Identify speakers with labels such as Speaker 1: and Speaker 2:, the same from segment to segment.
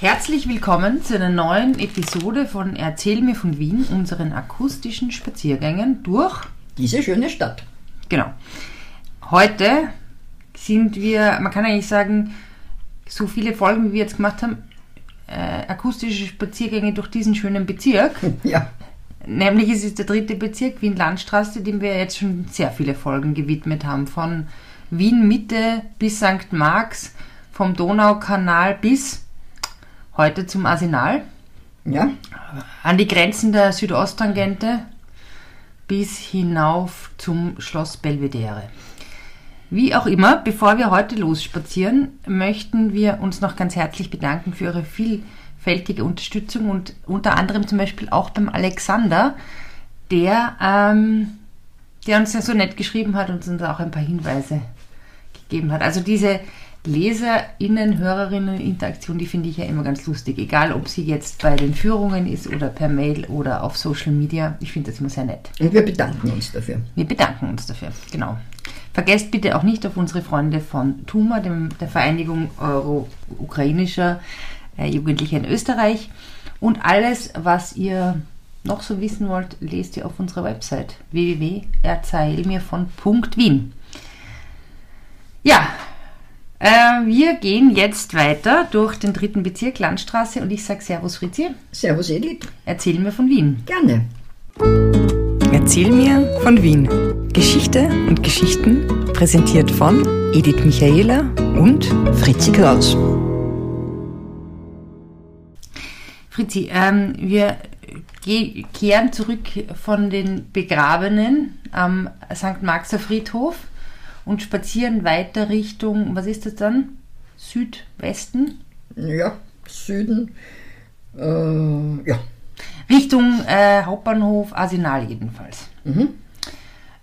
Speaker 1: Herzlich willkommen zu einer neuen Episode von Erzähl mir von Wien, unseren akustischen Spaziergängen durch.
Speaker 2: Diese schöne Stadt.
Speaker 1: Genau. Heute sind wir, man kann eigentlich sagen, so viele Folgen, wie wir jetzt gemacht haben, äh, akustische Spaziergänge durch diesen schönen Bezirk.
Speaker 2: Ja.
Speaker 1: Nämlich ist es der dritte Bezirk, Wien-Landstraße, dem wir jetzt schon sehr viele Folgen gewidmet haben. Von Wien-Mitte bis St. Marx, vom Donaukanal bis heute zum Arsenal,
Speaker 2: Ja.
Speaker 1: an die Grenzen der Südosttangente bis hinauf zum Schloss Belvedere. Wie auch immer, bevor wir heute losspazieren, möchten wir uns noch ganz herzlich bedanken für Ihre vielfältige Unterstützung und unter anderem zum Beispiel auch beim Alexander, der, ähm, der uns ja so nett geschrieben hat und uns auch ein paar Hinweise gegeben hat. Also diese Leserinnen, Hörerinnen Interaktion, die finde ich ja immer ganz lustig, egal ob sie jetzt bei den Führungen ist oder per Mail oder auf Social Media. Ich finde das immer sehr nett.
Speaker 2: Und wir bedanken uns dafür.
Speaker 1: Wir bedanken uns dafür, genau. Vergesst bitte auch nicht auf unsere Freunde von TUMA, dem, der Vereinigung Euro-Ukrainischer äh, Jugendlicher in Österreich. Und alles, was ihr noch so wissen wollt, lest ihr auf unserer Website www.erzeilmirvon.wien. Ja, äh, wir gehen jetzt weiter durch den dritten Bezirk Landstraße und ich sage Servus Fritzi,
Speaker 2: Servus Edith.
Speaker 1: erzähl mir von Wien.
Speaker 2: Gerne.
Speaker 3: Erzähl mir von Wien. Geschichte und Geschichten präsentiert von Edith Michaela und Fritzi Kraus.
Speaker 1: Fritzi, ähm, wir ge- kehren zurück von den Begrabenen am St. Marxer Friedhof und spazieren weiter Richtung, was ist das dann? Südwesten?
Speaker 2: Ja, Süden. Äh, ja.
Speaker 1: Richtung äh, Hauptbahnhof Arsenal jedenfalls.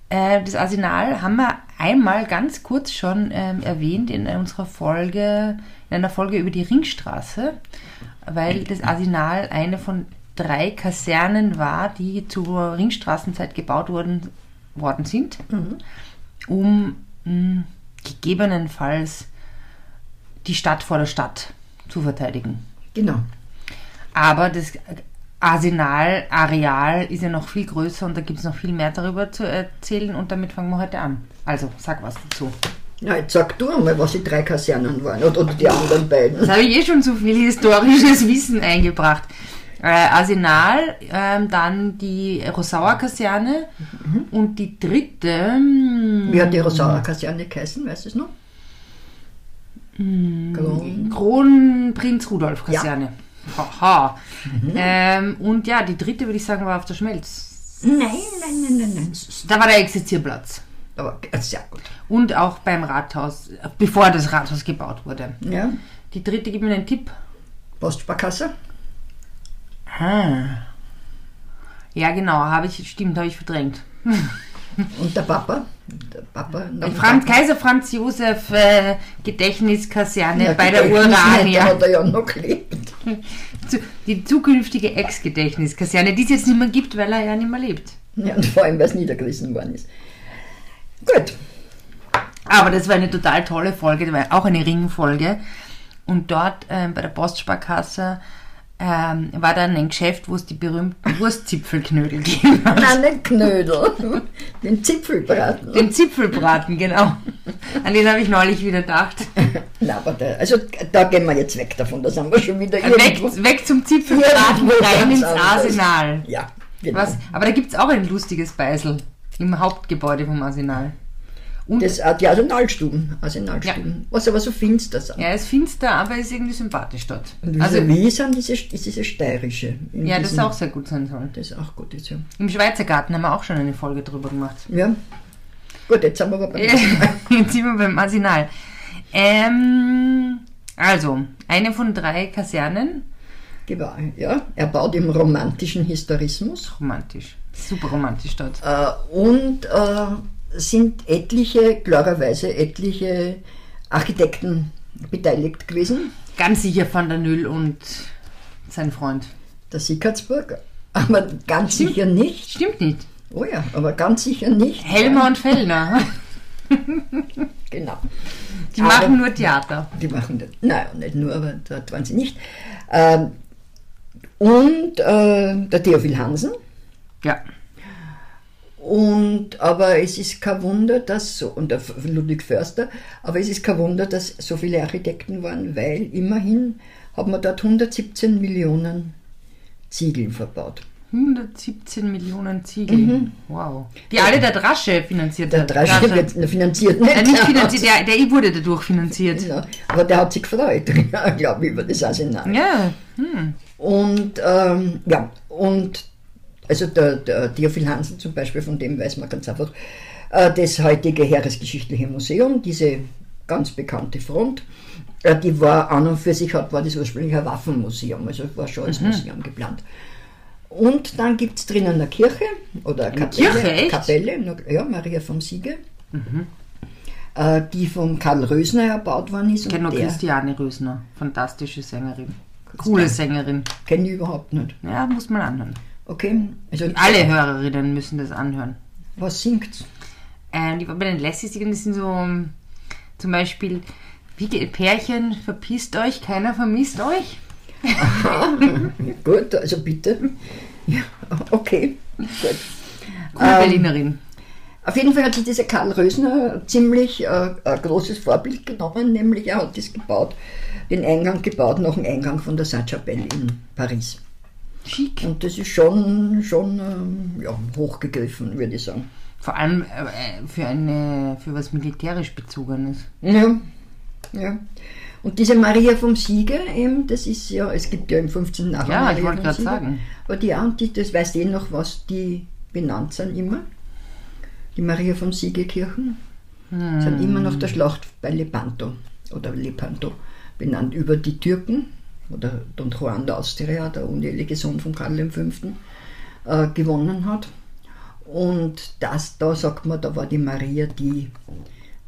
Speaker 1: Äh, das Arsenal haben wir einmal ganz kurz schon ähm, erwähnt in unserer Folge, in einer Folge über die Ringstraße, weil das Arsenal eine von drei Kasernen war, die zur Ringstraßenzeit gebaut wurden, worden sind, um mh, gegebenenfalls die Stadt vor der Stadt zu verteidigen.
Speaker 2: Genau.
Speaker 1: Aber das Arsenal-Areal ist ja noch viel größer und da gibt es noch viel mehr darüber zu erzählen und damit fangen wir heute an. Also, sag was dazu.
Speaker 2: Na, jetzt sag du einmal, was die drei Kasernen waren. Oder, oder die anderen beiden.
Speaker 1: Jetzt habe ich eh schon so viel historisches Wissen eingebracht. Äh, Arsenal, ähm, dann die Rosauer Kaserne und die dritte, hm, mh,
Speaker 2: Wie hat die Rosauer Kaserne geheißen, weißt du es noch? Kron-
Speaker 1: Kronprinz Rudolf Kaserne. Haha. Ähm, und ja, die dritte würde ich sagen war auf der Schmelz.
Speaker 2: Nein, nein, nein, nein, nein.
Speaker 1: Da war der Exerzierplatz.
Speaker 2: Aber äh, sehr gut.
Speaker 1: Und auch beim Rathaus, äh, bevor das Rathaus gebaut wurde.
Speaker 2: Ja.
Speaker 1: Die dritte gibt mir einen Tipp.
Speaker 2: Postsparkasse? Ah.
Speaker 1: Ja, genau, habe ich, stimmt, habe ich verdrängt.
Speaker 2: Und der Papa? Der Papa nach
Speaker 1: Die Franz, Kaiser Franz Josef äh, Gedächtniskaserne
Speaker 2: Ja,
Speaker 1: bei der
Speaker 2: Gedächtnis nicht, Da
Speaker 1: Urania.
Speaker 2: hat er ja noch gelebt.
Speaker 1: Zu- Die zukünftige Ex-Gedächtniskaserne, die es jetzt nicht mehr gibt, weil er ja nicht mehr lebt.
Speaker 2: Ja, und vor allem, weil es niedergerissen worden ist. Gut.
Speaker 1: Aber das war eine total tolle Folge, das war auch eine Ringfolge. Und dort ähm, bei der Postsparkasse ähm, war dann ein Geschäft, wo es die berühmten Wurstzipfelknödel gegeben hat.
Speaker 2: Einen Knödel. Den Zipfelbraten.
Speaker 1: Den Zipfelbraten, genau. An den habe ich neulich wieder gedacht.
Speaker 2: Na, aber da, also da gehen wir jetzt weg davon, das haben wir schon wieder
Speaker 1: Weg,
Speaker 2: irgendwo.
Speaker 1: weg zum Zipfelbraten,
Speaker 2: irgendwo
Speaker 1: rein
Speaker 2: ganz
Speaker 1: ins
Speaker 2: anders.
Speaker 1: Arsenal.
Speaker 2: Ja, genau.
Speaker 1: Was? Aber da gibt es auch ein lustiges Beisel im Hauptgebäude vom Arsenal. Und
Speaker 2: Das, ah, die Arsenalstuben. Arsenalstuben. Was aber so finster sind.
Speaker 1: ja, es ist finster, aber es ist irgendwie sympathisch dort.
Speaker 2: Und
Speaker 1: Also,
Speaker 2: also, wie sind diese, ist diese steirische? in
Speaker 1: ja, das
Speaker 2: diesem-
Speaker 1: auch sehr gut sein soll.
Speaker 2: Das ist auch gut. Ist, ja.
Speaker 1: Im Schweizer Garten haben wir auch schon eine Folge drüber gemacht.
Speaker 2: ja. Gut, jetzt haben wir aber beim
Speaker 1: Jetzt sind wir beim Arsenal. Ähm, also, eine von drei Kasernen.
Speaker 2: Gewahr, ja. Er baut im romantischen Historismus.
Speaker 1: Romantisch. Super romantisch dort.
Speaker 2: Äh, und äh, sind etliche, klarerweise etliche Architekten beteiligt gewesen.
Speaker 1: Ganz sicher Van der Nüll und sein Freund.
Speaker 2: Der Sickertsburg, aber ganz sicher nicht.
Speaker 1: Stimmt nicht.
Speaker 2: Oh ja, aber ganz sicher nicht.
Speaker 1: Helmer und Fellner.
Speaker 2: Genau.
Speaker 1: Die
Speaker 2: Aber-
Speaker 1: machen nur Theater.
Speaker 2: Die machen das. Naja, nicht nur, aber dort waren sie nicht. Ähm, und äh, der Theophil Hansen.
Speaker 1: Ja.
Speaker 2: Und, aber es ist kein Wunder, dass so, und der F- Ludwig Förster, aber es ist kein Wunder, dass so viele Architekten waren, weil immerhin hat man dort 117 Millionen Ziegel verbaut.
Speaker 1: 117 Millionen Ziegel. Wow. Die alle Mhm. der Drasche finanziert
Speaker 2: Der
Speaker 1: hat.
Speaker 2: Drasche wird
Speaker 1: Äh,
Speaker 2: finanziert.
Speaker 1: nicht finanziert, der, der wurde dadurch finanziert.
Speaker 2: Ja, aber der hat sich gefreut, ja, glaube ich, über das Arsenal.
Speaker 1: Ja.
Speaker 2: Und ähm, ja, und also der, der Theophil Hansen zum Beispiel, von dem weiß man ganz einfach, äh, das heutige Heeresgeschichtliche Museum, diese ganz bekannte Front, äh, die war an und für sich hat, war das ursprünglich ein Waffenmuseum, also war schon als
Speaker 1: Mhm.
Speaker 2: Museum geplant. Und dann gibt es drinnen eine Kirche oder eine Kapelle,
Speaker 1: Kirche, echt? Mhm.
Speaker 2: Kapelle noch- ja, Maria vom Siege, äh, die von Karl Rösner erbaut worden ist. und
Speaker 1: Genau,
Speaker 2: der
Speaker 1: Christiane Rösner. Fantastische Sängerin. Coole Sängerin.
Speaker 2: kenne ich überhaupt nicht.
Speaker 1: Ja, muss man anhören.
Speaker 2: Okay, also
Speaker 1: Alle Hörerinnen müssen das anhören.
Speaker 2: Was singt
Speaker 1: Ähm, die, bei den Lässigsten das sind so ähm, zum Beispiel, wie geht Pärchen, verpisst euch, keiner vermisst euch.
Speaker 2: Gut, also bitte. Ja, okay. Gut.
Speaker 1: Coole Berlinerin.
Speaker 2: Auf jeden Fall hat sich dieser Karl Rösner ziemlich äh, ein großes Vorbild genommen, nämlich er hat das gebaut, den Eingang gebaut, noch einen Eingang von der Saint-Chapelle in Paris.
Speaker 1: Schick.
Speaker 2: Und das ist schon, schon ähm, ja, hochgegriffen, würde ich sagen.
Speaker 1: Vor allem äh, für, eine, für was militärisch bezogenes.
Speaker 2: Ja, ja. Und diese Maria vom Sieger, eben, das ist ja, es gibt ja im 15. Nachhinein.
Speaker 1: Ja, ich
Speaker 2: Maria
Speaker 1: wollte
Speaker 2: vom
Speaker 1: grad
Speaker 2: Sieger.
Speaker 1: sagen.
Speaker 2: Aber die, auch, die, das weißt eh noch, was die benannt sind immer. Die Maria vom Siegerkirchen sind immer nach der Schlacht bei Lepanto oder Lepanto benannt über die Türken oder Don Juan de Austria, der uneheliche Sohn von Karl V., äh, gewonnen hat. Und das, da sagt man, da war die Maria die,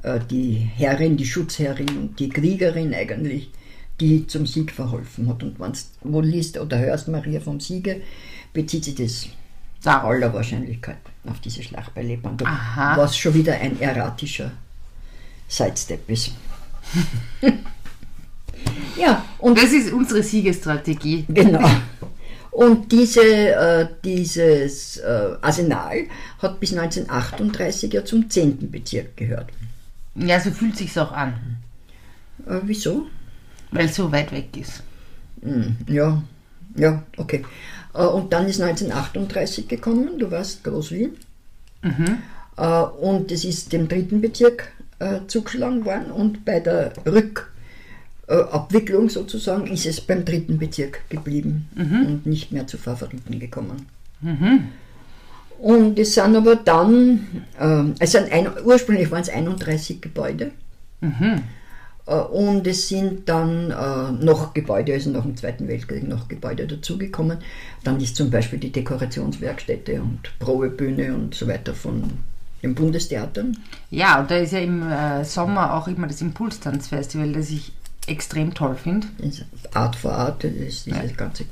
Speaker 2: äh, die Herrin, die Schutzherrin und die Kriegerin eigentlich, die zum Sieg verholfen hat. Und wenn du wo liest oder hörst Maria vom Siege, bezieht sich das nach aller Wahrscheinlichkeit auf diese Schlacht bei Lepanto,
Speaker 1: Aha.
Speaker 2: was schon wieder ein erratischer Sidestep ist. ja, und
Speaker 1: Das ist unsere Siegesstrategie.
Speaker 2: Genau. Und diese, äh, dieses äh, Arsenal hat bis 1938 ja zum 10. Bezirk gehört.
Speaker 1: Ja, so fühlt sich's auch an,
Speaker 2: Äh, wieso?
Speaker 1: weil es so weit weg ist.
Speaker 2: Hm, ja, ja, okay. Äh, und dann ist 1938 gekommen, du warst Groß-Wien. Äh, und es ist dem dritten Bezirk äh, zugeschlagen worden und bei der Rückabwicklung sozusagen ist es beim dritten Bezirk geblieben und nicht mehr zu Favoriten gekommen. Und es sind aber dann, ähm, es sind ein, ursprünglich waren es 31 Gebäude. Äh, Und es sind dann äh, noch Gebäude, also nach dem Zweiten Weltkrieg noch Gebäude dazugekommen. Dann ist zum Beispiel die Dekorationswerkstätte und Probebühne und so weiter von den Bundestheatern.
Speaker 1: Ja, und da ist ja im äh, Sommer auch immer das Impulstanzfestival, das ich extrem toll finde.
Speaker 2: Das ist Art for Art, das ist dieses ganze.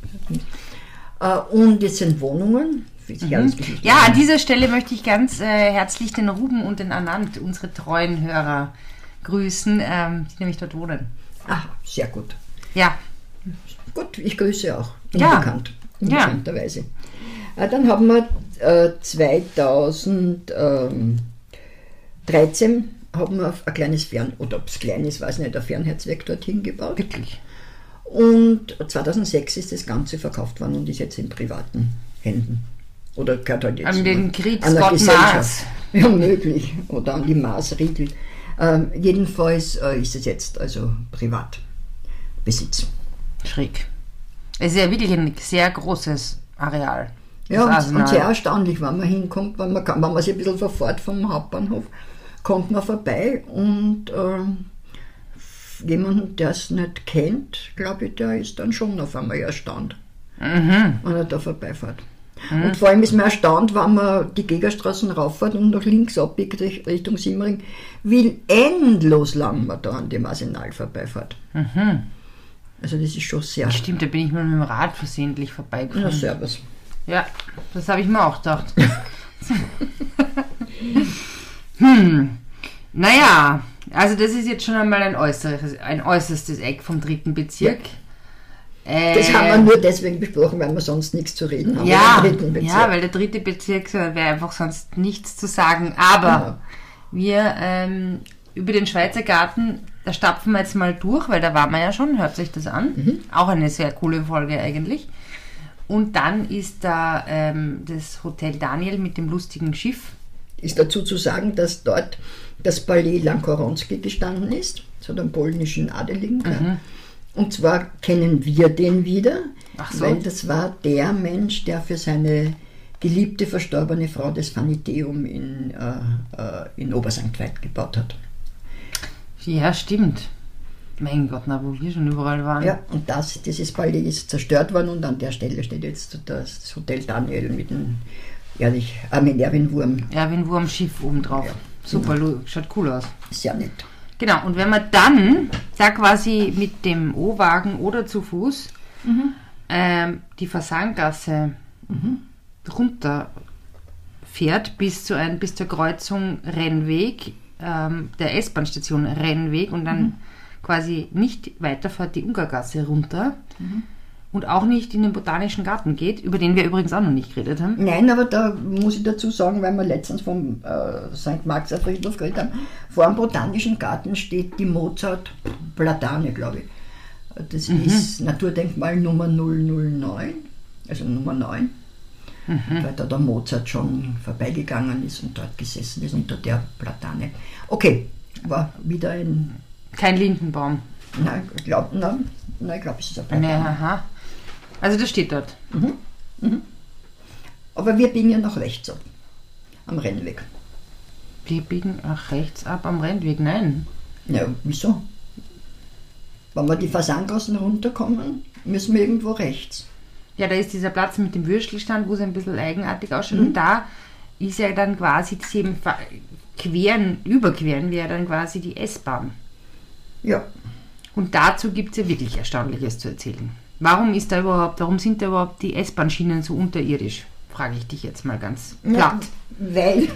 Speaker 2: Äh, und es sind Wohnungen. für die Jahresgeschichte.
Speaker 1: Ja, an dieser Stelle möchte ich ganz äh, herzlich den Ruben und den Anand, unsere treuen Hörer, grüßen, ähm, die nämlich dort wohnen.
Speaker 2: Ah, sehr gut.
Speaker 1: Ja,
Speaker 2: Gut, ich grüße auch.
Speaker 1: Ja.
Speaker 2: Unbekannt.
Speaker 1: Ja.
Speaker 2: Unbekannterweise. Äh, Dann haben wir äh, 2013 haben wir ein kleines Fern- oder ob es klein ist, weiß nicht, ein Fernheitswerk dorthin gebaut.
Speaker 1: wirklich.
Speaker 2: Und 2006 ist das Ganze verkauft worden und ist jetzt in privaten Händen. Oder gehört halt jetzt
Speaker 1: An den
Speaker 2: einer-
Speaker 1: Kriegsgott
Speaker 2: einer Gesellschaft.
Speaker 1: Mars.
Speaker 2: Ja, möglich. Oder an die Marsriegel. Ähm, jedenfalls äh, ist es jetzt also Privatbesitz.
Speaker 1: Schräg. Es ist ja wirklich ein sehr großes Areal. das
Speaker 2: Ja, und,
Speaker 1: Arsenal.
Speaker 2: und sehr erstaunlich, wenn man hinkommt, wenn man, kann, wenn man sich ein bisschen verfährt vom Hauptbahnhof, kommt man vorbei und ähm, jemand, der es nicht kennt, glaube ich, der ist dann schon auf einmal erstaunt, wenn er da vorbeifährt. Und vor allem ist man erstaunt, wenn man die Gegerstraßen rauffährt und nach links abbiegt Rich- Richtung Simmering, wie endlos lang man da an dem Arsenal vorbeifährt. Also das ist schon sehr...
Speaker 1: Stimmt, da bin ich mal mit dem Rad versehentlich
Speaker 2: Na,
Speaker 1: vorbeigefahren.
Speaker 2: servus.
Speaker 1: Ja, das habe ich mir auch gedacht. hm. Naja, also das ist jetzt schon einmal ein, äußeres, ein äußerstes Eck vom dritten Bezirk. Äh,
Speaker 2: Das haben wir nur deswegen besprochen, weil wir sonst nichts zu reden haben.
Speaker 1: ja,
Speaker 2: im dritten Bezirk.
Speaker 1: ja, weil der dritte Bezirk äh, wäre einfach sonst nichts zu sagen. Aber wir ähm, über den Schweizer Garten, da stapfen wir jetzt mal durch, weil da waren wir ja schon, hört sich das an. Auch eine sehr coole Folge eigentlich. Und dann ist da ähm, das Hotel Daniel mit dem lustigen Schiff.
Speaker 2: ist dazu zu sagen, dass dort das Palais Lankoronski gestanden ist, zu dem polnischen
Speaker 1: Mhm.
Speaker 2: Adeligen. ja. Und zwar kennen wir den wieder,
Speaker 1: Ach so.
Speaker 2: weil das war der Mensch, der für seine geliebte verstorbene Frau das Vaniteum in, äh, äh, in Obersankt Veit gebaut hat.
Speaker 1: Ja, stimmt. Mein Gott, na, wo wir schon überall waren.
Speaker 2: Ja, und das, dieses Palais ist zerstört worden und an der Stelle steht jetzt das Hotel Daniel mit dem Erich, äh, mit Erwin Wurm.
Speaker 1: Erwin Wurm Schiff oben drauf. Super, lu- schaut cool aus.
Speaker 2: Sehr nett.
Speaker 1: Genau, und wenn man dann da quasi mit dem O-Wagen oder zu Fuß ähm, die Fasangasse runterfährt bis, zu ein, bis zur Kreuzung Rennweg, ähm, der S-Bahn-Station Rennweg und dann quasi nicht weiterfährt die Ungargasse runter und auch nicht in den Botanischen Garten geht, über den wir übrigens auch noch nicht geredet haben.
Speaker 2: Nein, aber da muss ich dazu sagen, weil wir letztens vom äh, St. Marxer Friedhof geredet haben, vor dem Botanischen Garten steht die Mozart-Platane, glaube ich. Das ist Naturdenkmal Nummer 009, also Nummer 9, weil da der Mozart schon vorbeigegangen ist und dort gesessen ist unter der Platane. Okay, war wieder ein,
Speaker 1: Kein Lindenbaum.
Speaker 2: nein, ich glaube, nein, nein, ich glaube, es ist eine Platane.
Speaker 1: Nee, aha. Also das steht dort.
Speaker 2: Aber wir biegen ja nach rechts ab, am Rennweg.
Speaker 1: Wir biegen nach rechts ab am Rennweg. Nein.
Speaker 2: Ja, wieso? Wenn wir die Fasangassen runterkommen, müssen wir irgendwo rechts.
Speaker 1: Ja, da ist dieser Platz mit dem Würstelstand, wo es ein bisschen eigenartig ausschaut. Und da ist ja dann quasi das eben fa- queren, überqueren wir ja dann quasi die S-Bahn.
Speaker 2: Ja,
Speaker 1: Und dazu gibt es ja wirklich Erstaunliches zu erzählen. Warum ist da überhaupt, warum sind da überhaupt die S-Bahn-Schienen so unterirdisch? Frage ich dich jetzt mal ganz platt.
Speaker 2: weil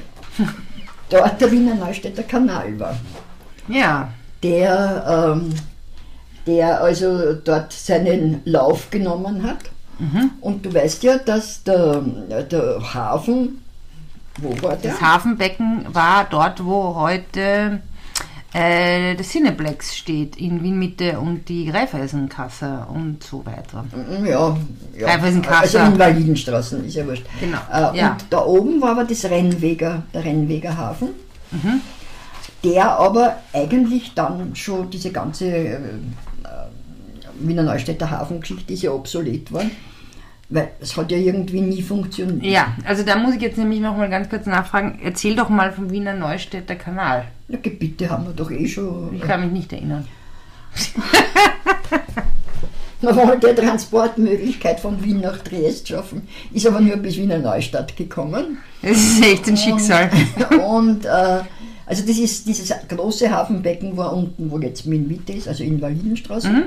Speaker 2: dort der Wiener Neustädter Kanal war.
Speaker 1: Ja,
Speaker 2: der, ähm, der also dort seinen Lauf genommen hat. Und du weißt ja, dass der, der Hafen, wo war der?
Speaker 1: das Hafenbecken war dort, wo heute äh, das Cineplex steht, in Wien-Mitte und die Raiffeisenkasse und so weiter.
Speaker 2: Ja, ja.
Speaker 1: Raiffeisenkasse.
Speaker 2: also Invalidenstraßen, ist ja wurscht.
Speaker 1: Genau,
Speaker 2: Äh,
Speaker 1: ja.
Speaker 2: Und da oben war aber das Rennweger, der Rennweger Hafen,
Speaker 1: Mhm.
Speaker 2: der aber eigentlich dann schon diese ganze äh, äh, Wiener Neustädter Hafengeschichte ist ja obsolet worden, weil es hat ja irgendwie nie funktioniert.
Speaker 1: Ja, also da muss ich jetzt nämlich nochmal ganz kurz nachfragen. Erzähl doch mal vom Wiener Neustädter Kanal.
Speaker 2: Na, Gebiete haben wir doch eh schon.
Speaker 1: Ich kann mich nicht erinnern.
Speaker 2: Man wollte eine Transportmöglichkeit von Wien nach Triest schaffen, ist aber nur bis Wiener Neustadt gekommen.
Speaker 1: Es ist echt ein Schicksal.
Speaker 2: Und äh, also das ist dieses große Hafenbecken war unten, wo jetzt Minwitte ist, also Invalidenstraße.
Speaker 1: Mhm.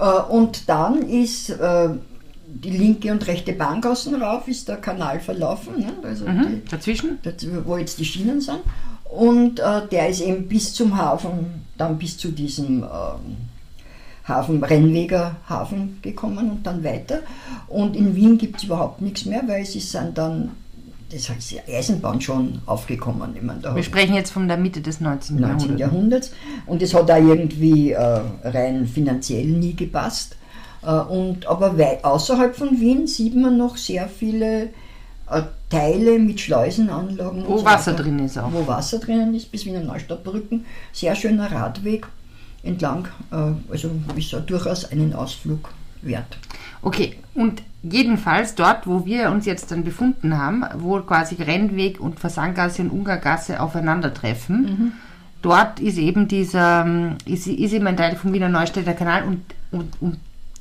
Speaker 2: Äh, und dann ist äh, die linke und rechte Bahngassen rauf, ist der Kanal verlaufen, ne? also
Speaker 1: Mhm.
Speaker 2: die,
Speaker 1: Dazwischen?
Speaker 2: das, wo jetzt die Schienen sind. Und äh, der ist eben bis zum Hafen, dann bis zu diesem ähm, Hafen, Rennweger Hafen gekommen und dann weiter. Und in Wien gibt es überhaupt nichts mehr, weil es ist dann, dann das heißt, die Eisenbahn schon aufgekommen. Ich meine, da
Speaker 1: Wir
Speaker 2: hat-
Speaker 1: sprechen jetzt von der Mitte des 19. Jahrhunderts.
Speaker 2: 19. Jahrhunderts. Und es hat auch irgendwie äh, rein finanziell nie gepasst. Äh, und, aber wei- außerhalb von Wien sieht man noch sehr viele äh, Teile mit Schleusenanlagen. und
Speaker 1: Wo Wasser drin ist auch.
Speaker 2: Wo Wasser drinnen ist, bis Wiener Neustadtbrücken. Sehr schöner Radweg entlang. Äh, also ist ja durchaus einen Ausflug wert.
Speaker 1: Okay, und jedenfalls dort, wo wir uns jetzt dann befunden haben, wo quasi Rennweg und Versandgasse und Ungargasse aufeinandertreffen, dort ist eben dieser, ähm, ist, ist eben ein Teil vom Wiener Neustädter Kanal und, und um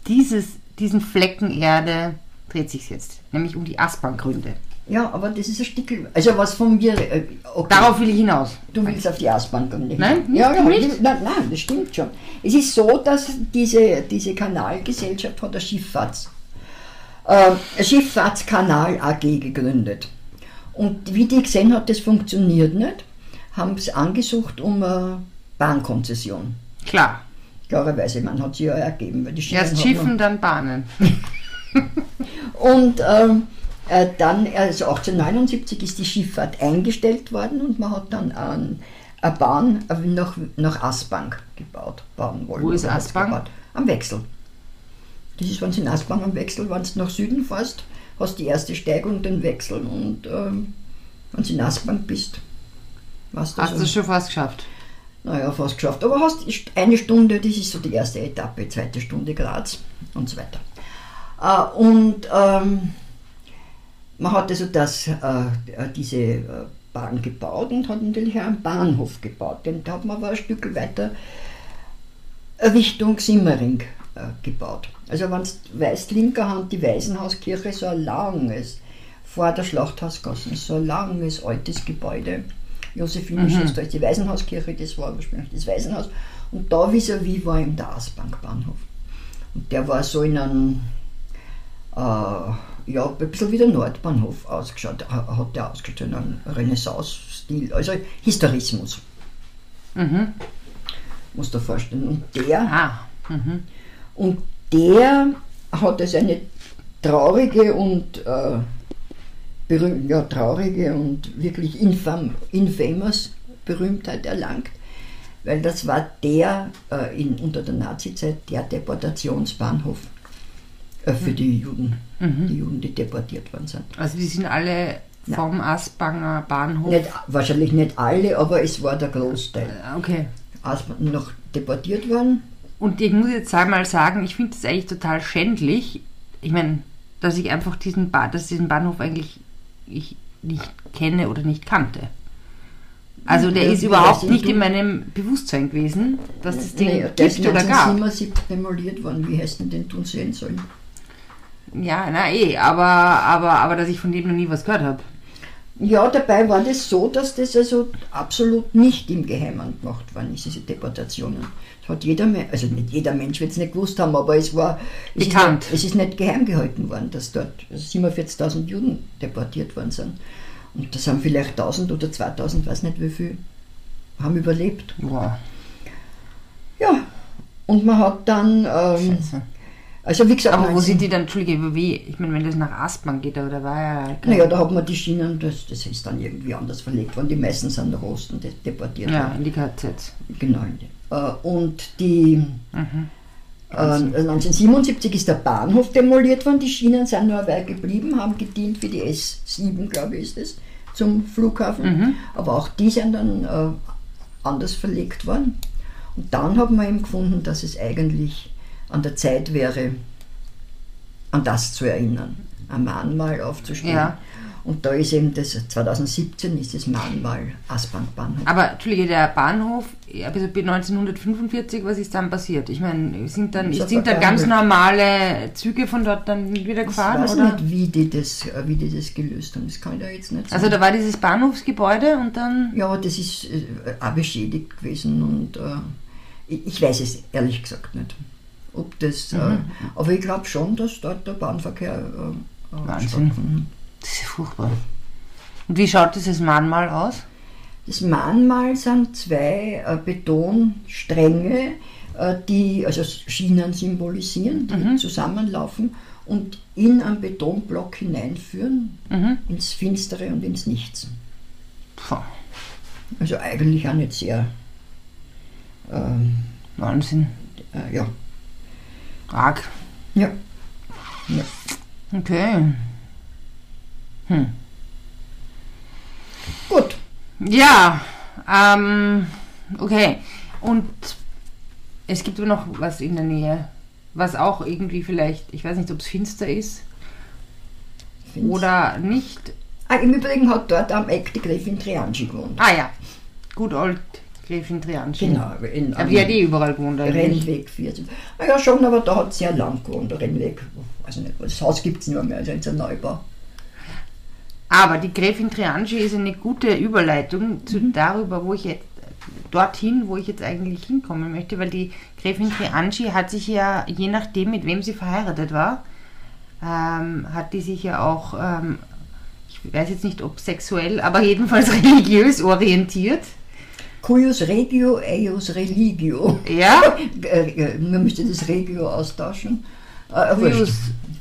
Speaker 1: dieses, diesen Flecken Erde dreht sich jetzt, nämlich um die Asperngründe.
Speaker 2: Ja, aber das ist ein Stickel. Also was von mir. Äh, okay.
Speaker 1: Darauf will ich hinaus.
Speaker 2: Du willst auf die Eisbahn kommen. nicht?
Speaker 1: Nein, nicht,
Speaker 2: ja, ja,
Speaker 1: nicht.
Speaker 2: Nein, nein, das stimmt schon. Es ist so, dass diese, diese Kanalgesellschaft von der Schifffahrts, äh, Schifffahrtskanal AG gegründet. Und wie die gesehen hat, das funktioniert nicht, haben sie angesucht um eine Bahnkonzession.
Speaker 1: Klar.
Speaker 2: Klarerweise, man hat sie ja ergeben, weil die Schienen
Speaker 1: Erst
Speaker 2: hat
Speaker 1: schiffen, dann bahnen.
Speaker 2: man- Und ähm, äh, dann, also 1879 ist die Schifffahrt eingestellt worden und man hat dann an, eine Bahn nach, nach Asbank gebaut, bauen wollen.
Speaker 1: Wo ist
Speaker 2: Oder hat
Speaker 1: Aspang?
Speaker 2: gebaut. Am Wechsel. Das ist, wenn du in Asbach am Wechsel, wenn du nach Süden fährst, hast die erste Steigung, den Wechsel und ähm, wenn du in Asbach bist, hast du
Speaker 1: Hast du
Speaker 2: so,
Speaker 1: es schon fast geschafft?
Speaker 2: naja, fast geschafft. Aber hast eine Stunde, das ist so die erste Etappe, zweite Stunde Graz und so weiter. Äh, und ähm, man hat also das, äh, diese äh, Bahn gebaut und hat natürlich auch einen Bahnhof gebaut. Den hat man aber ein Stück weiter Richtung Simmering äh, gebaut. Also wenn du weißt, linker Hand die Waisenhauskirche, so ein langes, vor der Schlachthausgasse, so ein langes, altes Gebäude. Josephine Schuster ist die Waisenhauskirche, das war ursprünglich das Waisenhaus. Und da vis-à-vis war eben der Asbankbahnhof. Und der war so in einem, äh, ja, ein bisschen wie der Nordbahnhof ausgeschaut, äh, hat der ausgeschaut, in einem Renaissance-Stil, also Historismus,
Speaker 1: Mhm.
Speaker 2: musst du dir vorstellen. Und der
Speaker 1: Ah,
Speaker 2: Und der hat also eine traurige und äh, berühm- ja, traurige und wirklich infam, infamous Berühmtheit erlangt, weil das war der äh, in, unter der Nazizeit der Deportationsbahnhof äh, für
Speaker 1: Mhm.
Speaker 2: die Juden, die Juden, die deportiert worden sind.
Speaker 1: also die sind alle vom Asbanger Bahnhof.
Speaker 2: Nicht, wahrscheinlich nicht alle, aber es war der Großteil.
Speaker 1: Äh, Okay.
Speaker 2: Als man noch deportiert worden,
Speaker 1: Und ich muss jetzt einmal sagen, ich finde das eigentlich total schändlich. Ich meine, dass ich einfach diesen, ba dass diesen Bahnhof eigentlich ich nicht kenne oder nicht kannte. Also der
Speaker 2: Ja,
Speaker 1: ist
Speaker 2: wie
Speaker 1: überhaupt
Speaker 2: weißt du,
Speaker 1: nicht
Speaker 2: du-
Speaker 1: in meinem Bewusstsein gewesen, dass das Ding
Speaker 2: der ist
Speaker 1: gibt oder gab.
Speaker 2: 1977 demoliert worden. Wie heißt denn den tun sehen sollen?
Speaker 1: Ja, na eh, aber, aber, aber dass ich von dem noch nie was gehört habe.
Speaker 2: Ja, dabei war das so, dass das also absolut nicht im Geheimen gemacht worden ist, diese Deportationen. Das hat jeder, Me- also nicht jeder Mensch wird es nicht gewusst haben, aber es war es ist,
Speaker 1: Bekannt.
Speaker 2: nicht, es ist nicht geheim gehalten worden, dass dort 47.000 Juden deportiert worden sind. Und das haben vielleicht 1000 oder 2000, weiß nicht wie viel, haben überlebt.
Speaker 1: Boah,
Speaker 2: Ja, und man hat dann, ähm,
Speaker 1: scheiße.
Speaker 2: also wie gesagt,
Speaker 1: Aber wo
Speaker 2: 19
Speaker 1: sind die dann, Entschuldige, wie, ich meine, wenn das nach Aspern geht, oder war ja...
Speaker 2: Naja, da hat man die Schienen, das, das ist dann irgendwie anders verlegt worden. Die meisten sind nach Osten de- deportiert
Speaker 1: Ja,
Speaker 2: worden.
Speaker 1: in die KZ.
Speaker 2: Genau. Äh, und die, äh, 1977 ist der Bahnhof demoliert worden, die Schienen sind nur weit geblieben, haben gedient für die S7, glaube ich, ist es, zum Flughafen. Aber auch die sind dann äh, anders verlegt worden. Und dann hat man eben gefunden, dass es eigentlich an der Zeit wäre, an das zu erinnern, ein Mahnmal aufzustellen.
Speaker 1: Ja.
Speaker 2: Und da ist eben das, 2017 ist das Mahnmal Asbankbahnhof.
Speaker 1: Aber, Entschuldige, der Bahnhof, ja, also bei 1945, was ist dann passiert? Ich meine, sind dann,
Speaker 2: Das hat
Speaker 1: sind dann
Speaker 2: er
Speaker 1: ganz
Speaker 2: gehandelt.
Speaker 1: normale Züge von dort dann wieder gefahren,
Speaker 2: ich weiß
Speaker 1: oder?
Speaker 2: nicht, wie die, das, äh, wie die das gelöst haben. Das kann ich da jetzt nicht sagen.
Speaker 1: Also da war dieses Bahnhofsgebäude und dann...
Speaker 2: ja, das ist äh, auch beschädigt gewesen und äh, ich, ich weiß es ehrlich gesagt nicht. Ob das, äh,
Speaker 1: Mhm.
Speaker 2: aber ich glaube schon, dass dort der Bahnverkehr äh, äh,
Speaker 1: Wahnsinn.
Speaker 2: stattgefunden hat.
Speaker 1: Das ist ja furchtbar. Und wie schaut dieses Mahnmal aus?
Speaker 2: Das Mahnmal sind zwei äh, Betonstränge, äh, die also Schienen symbolisieren, die
Speaker 1: Mhm.
Speaker 2: zusammenlaufen und in einen Betonblock hineinführen,
Speaker 1: Mhm.
Speaker 2: ins Finstere und ins Nichts.
Speaker 1: Pff,
Speaker 2: Also eigentlich auch nicht sehr. Ähm,
Speaker 1: Wahnsinn.
Speaker 2: äh, ja.
Speaker 1: Arg.
Speaker 2: ja.
Speaker 1: Okay.
Speaker 2: Gut.
Speaker 1: Ja, ähm, okay. Und es gibt immer noch was in der Nähe, was auch irgendwie vielleicht, ich weiß nicht, ob es finster ist
Speaker 2: Find's-
Speaker 1: oder nicht.
Speaker 2: Ah, Im Übrigen hat dort am Eck die Gräfin Trianschi gewohnt.
Speaker 1: Ah ja, gut old Gräfin Trianschen.
Speaker 2: Genau. In,
Speaker 1: Aber die hat eh überall gewohnt eigentlich.
Speaker 2: Rennweg 14. Naja, schon, aber da hat es sehr lang gewohnt. Der Rennweg, also nicht, das Haus gibt es nicht mehr, mehr, also jetzt ein Neubau.
Speaker 1: Aber die Gräfin Trianschen ist eine gute Überleitung zu darüber, wo ich jetzt dorthin, wo ich jetzt eigentlich hinkommen möchte, weil die Gräfin Trianschen hat sich ja, je nachdem, mit wem sie verheiratet war, ähm, hat die sich ja auch, ähm, ich weiß jetzt nicht, ob sexuell, aber jedenfalls religiös orientiert.
Speaker 2: Cuius regio, eius religio.
Speaker 1: Ja?
Speaker 2: Äh, äh, Man müsste das regio austauschen. Äh, wurscht.
Speaker 1: Cuius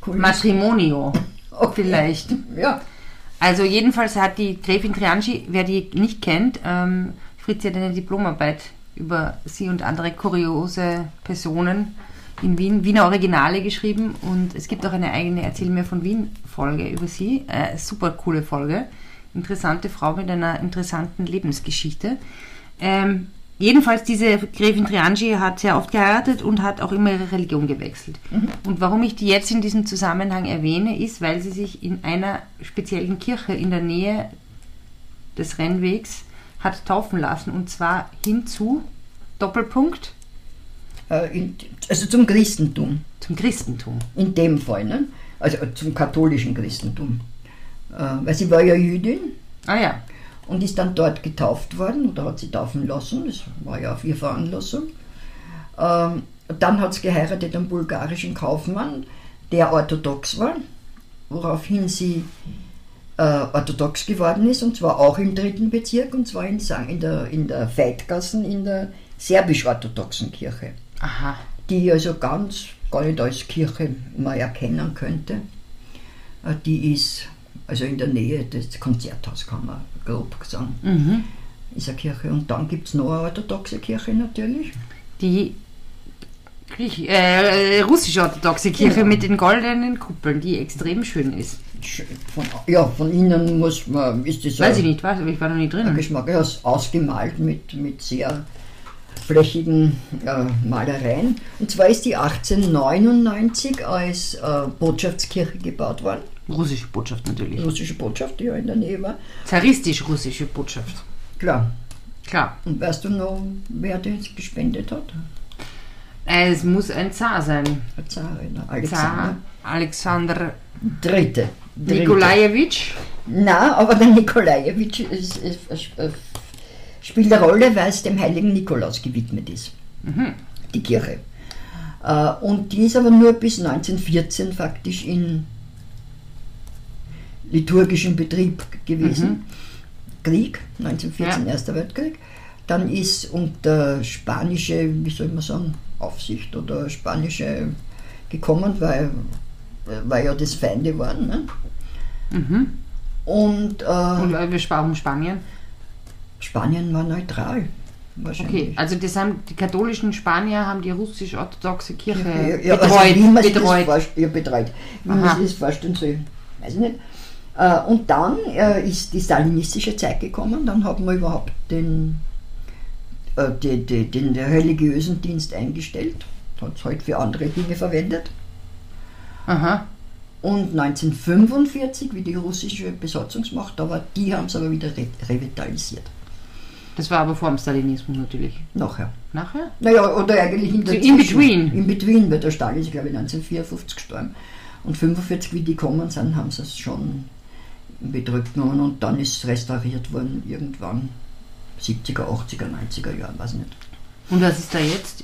Speaker 2: Cuius.
Speaker 1: Matrimonio.
Speaker 2: Okay.
Speaker 1: Vielleicht.
Speaker 2: Ja,
Speaker 1: Also jedenfalls hat die Gräfin Trianschi, wer die nicht kennt, ähm, Fritzi hat eine Diplomarbeit über sie und andere kuriose Personen in Wien, Wiener Originale geschrieben und es gibt auch eine eigene Erzähl mir von Wien Folge über sie, äh, super coole Folge, interessante Frau mit einer interessanten Lebensgeschichte. Ähm, jedenfalls diese Gräfin Trianschi hat sehr oft geheiratet und hat auch immer ihre Religion gewechselt. Und warum ich die jetzt in diesem Zusammenhang erwähne, ist, weil sie sich in einer speziellen Kirche in der Nähe des Rennwegs hat taufen lassen und zwar hinzu Doppelpunkt
Speaker 2: äh, in, also zum Christentum.
Speaker 1: zum Christentum.
Speaker 2: In dem Fall, ne? also zum katholischen Christentum. Äh, weil sie war ja Jüdin
Speaker 1: Ah ja,
Speaker 2: und ist dann dort getauft worden oder hat sie taufen lassen, das war ja auf ihre Veranlassung. Ähm, dann hat sie geheiratet einen bulgarischen Kaufmann, der orthodox war, woraufhin sie äh, orthodox geworden ist und zwar auch im dritten Bezirk und zwar in, Sang- in der, in der Veitgassen in der serbisch-orthodoxen Kirche
Speaker 1: aha.
Speaker 2: die also ganz gar nicht als Kirche mal erkennen könnte. Äh, Die ist also in der Nähe des Konzerthaus, kann man grob sagen,
Speaker 1: Mhm.
Speaker 2: ist eine Kirche. Und dann gibt es noch eine orthodoxe Kirche natürlich.
Speaker 1: Die Griech äh, russisch-orthodoxe Kirche
Speaker 2: Genau.
Speaker 1: mit den goldenen Kuppeln, die extrem schön ist.
Speaker 2: Sch- Von, ja, von innen muss man, ist das
Speaker 1: Weiß
Speaker 2: ein-
Speaker 1: ich nicht, weiß, aber ich war noch nie
Speaker 2: ein
Speaker 1: drin.
Speaker 2: Geschmack, ja, ist ausgemalt mit, mit sehr flächigen äh, Malereien. Und zwar ist die 1899 als äh, Botschaftskirche gebaut worden,
Speaker 1: Russische Botschaft
Speaker 2: die
Speaker 1: natürlich.
Speaker 2: russische Botschaft, die ja in der Nähe war.
Speaker 1: Zaristisch-russische Botschaft.
Speaker 2: Klar,
Speaker 1: Klar.
Speaker 2: Und weißt du noch, wer das gespendet hat?
Speaker 1: Äh, Es muss ein Zar sein.
Speaker 2: Der Zarin,
Speaker 1: Zar
Speaker 2: Alexander.
Speaker 1: Alexander
Speaker 2: Dritte. Dritte.
Speaker 1: Nikolajewitsch.
Speaker 2: Nein, aber der Nikolajewitsch ist, ist, ist, äh, spielt eine Rolle, weil es dem heiligen Nikolaus gewidmet ist. Die Kirche. Äh, Und die ist aber nur bis 1914 faktisch in liturgischen Betrieb gewesen. Krieg, 1914,
Speaker 1: Ja.
Speaker 2: Erster Weltkrieg. Dann ist unter spanische, wie soll man sagen, Aufsicht oder spanische gekommen, weil, Äh, weil ja das Feinde waren. Ne?
Speaker 1: Mhm.
Speaker 2: Und, äh,
Speaker 1: Und äh, wir sprachen um Spanien.
Speaker 2: Spanien war neutral, wahrscheinlich.
Speaker 1: Okay, also das haben die katholischen Spanier haben die russisch-orthodoxe Kirche
Speaker 2: Ja, ja, also
Speaker 1: äh, betreut.
Speaker 2: wie man sich das
Speaker 1: betreut.
Speaker 2: vorst- Ja, betreut. Wie
Speaker 1: Aha.
Speaker 2: man sich das vorstellen soll, weiß ich nicht. Äh, Und dann äh, ist die stalinistische Zeit gekommen, dann hat man überhaupt den, äh, die, die, den religiösen Dienst eingestellt, hat es halt für andere Dinge verwendet.
Speaker 1: Aha.
Speaker 2: Und 1945, wie die russische Besatzungsmacht da war, die haben es aber wieder re revitalisiert.
Speaker 1: Das war aber vor dem Stalinismus natürlich.
Speaker 2: Nachher.
Speaker 1: Nachher?
Speaker 2: Naja, oder eigentlich in der
Speaker 1: So in between.
Speaker 2: In between, weil der Stalin ist, glaube ich, 1954 gestorben. Und 45, wie die gekommen sind, haben sie es schon in Betrieb genommen und dann ist es restauriert worden irgendwann 70er, 80er, 90er Jahren, weiß nicht.
Speaker 1: Und was ist da jetzt?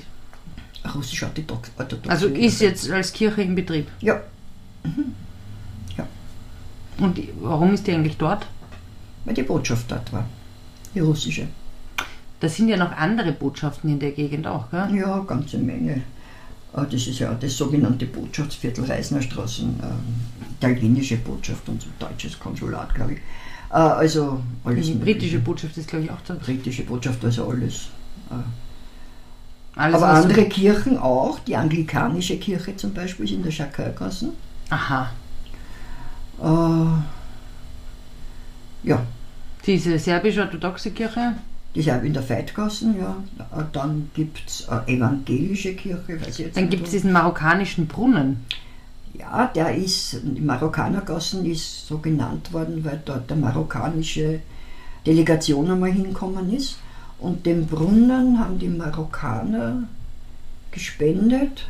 Speaker 2: Russisch orthodox. orthodox
Speaker 1: Also ist jetzt als Kirche in Betrieb.
Speaker 2: Ja,
Speaker 1: Und die- warum ist die eigentlich dort?
Speaker 2: weil die Botschaft dort war. Die russische.
Speaker 1: Da sind ja noch andere Botschaften in der Gegend auch, gell?
Speaker 2: Ja, ganze Menge. Äh, Das ist ja das sogenannte Botschaftsviertel Reisner Straßen, ähm, italienische Botschaft und so deutsches Konsulat, glaube ich. Äh, also alles
Speaker 1: Die
Speaker 2: Mögliche.
Speaker 1: Mhm, britische Botschaft ist, glaube ich, auch dort.
Speaker 2: britische Botschaft, also alles.
Speaker 1: Alles
Speaker 2: Aber
Speaker 1: was-
Speaker 2: andere Kirchen auch, die anglikanische Kirche zum Beispiel ist in der Schakalgassen.
Speaker 1: Aha.
Speaker 2: Äh, ja,
Speaker 1: Diese serbisch-orthodoxe Kirche.
Speaker 2: die ist auch in der Veitgassen, ja. Äh, Dann gibt es äh, evangelische Kirche, weiß ich jetzt
Speaker 1: Dann
Speaker 2: nicht,
Speaker 1: gibt es diesen marokkanischen Brunnen.
Speaker 2: Ja, der ist, die Marokkanergassen ist so genannt worden, weil dort der marokkanische Delegation einmal hinkommen ist. Und den Brunnen haben die Marokkaner gespendet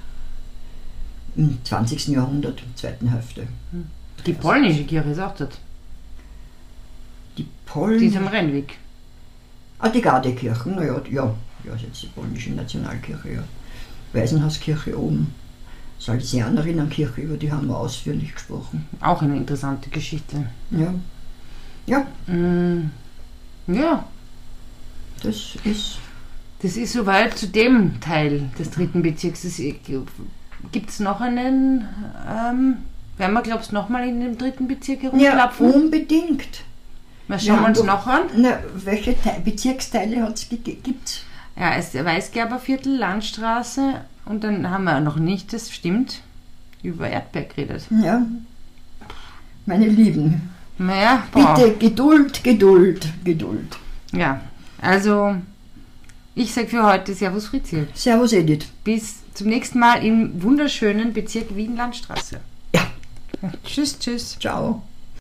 Speaker 2: im 20. Jahrhundert, in der zweiten Hälfte.
Speaker 1: Hm.
Speaker 2: Also,
Speaker 1: Die polnische Kirche ist auch dort.
Speaker 2: Die
Speaker 1: Die ist
Speaker 2: Polen.
Speaker 1: am Rennweg.
Speaker 2: Ah, die Gardekirchen, naja, ja, ja, ist jetzt die polnische Nationalkirche, ja. Waisenhauskirche oben, Salesianerinnenkirche, über die haben wir ausführlich gesprochen.
Speaker 1: Auch eine interessante Geschichte.
Speaker 2: Ja, ja
Speaker 1: Mm, Ja,
Speaker 2: Das ist.
Speaker 1: Das ist soweit zu dem Teil des dritten Bezirks. Gibt es noch einen, ähm, werden wir, glaubst du, nochmal in dem dritten Bezirk
Speaker 2: Ja,
Speaker 1: herumklapfen?
Speaker 2: unbedingt.
Speaker 1: wir schauen
Speaker 2: ja,
Speaker 1: uns
Speaker 2: du-
Speaker 1: noch an.
Speaker 2: Na, welche Te Bezirksteile hat's gege- gibt's?
Speaker 1: Ja, es ist der Weißgerberviertel, Landstraße und dann haben wir noch nicht, das stimmt, über Also, Erdberg geredet.
Speaker 2: Ja. Meine Lieben,
Speaker 1: Naja, boah.
Speaker 2: bitte Geduld, Geduld, Geduld.
Speaker 1: Ja, also ich sag für heute Servus Fritzl.
Speaker 2: Servus Edith.
Speaker 1: Bis zum nächsten Mal im wunderschönen Bezirk Wien-Landstraße.
Speaker 2: Ja.
Speaker 1: Tschüss, tschüss.
Speaker 2: Ciao.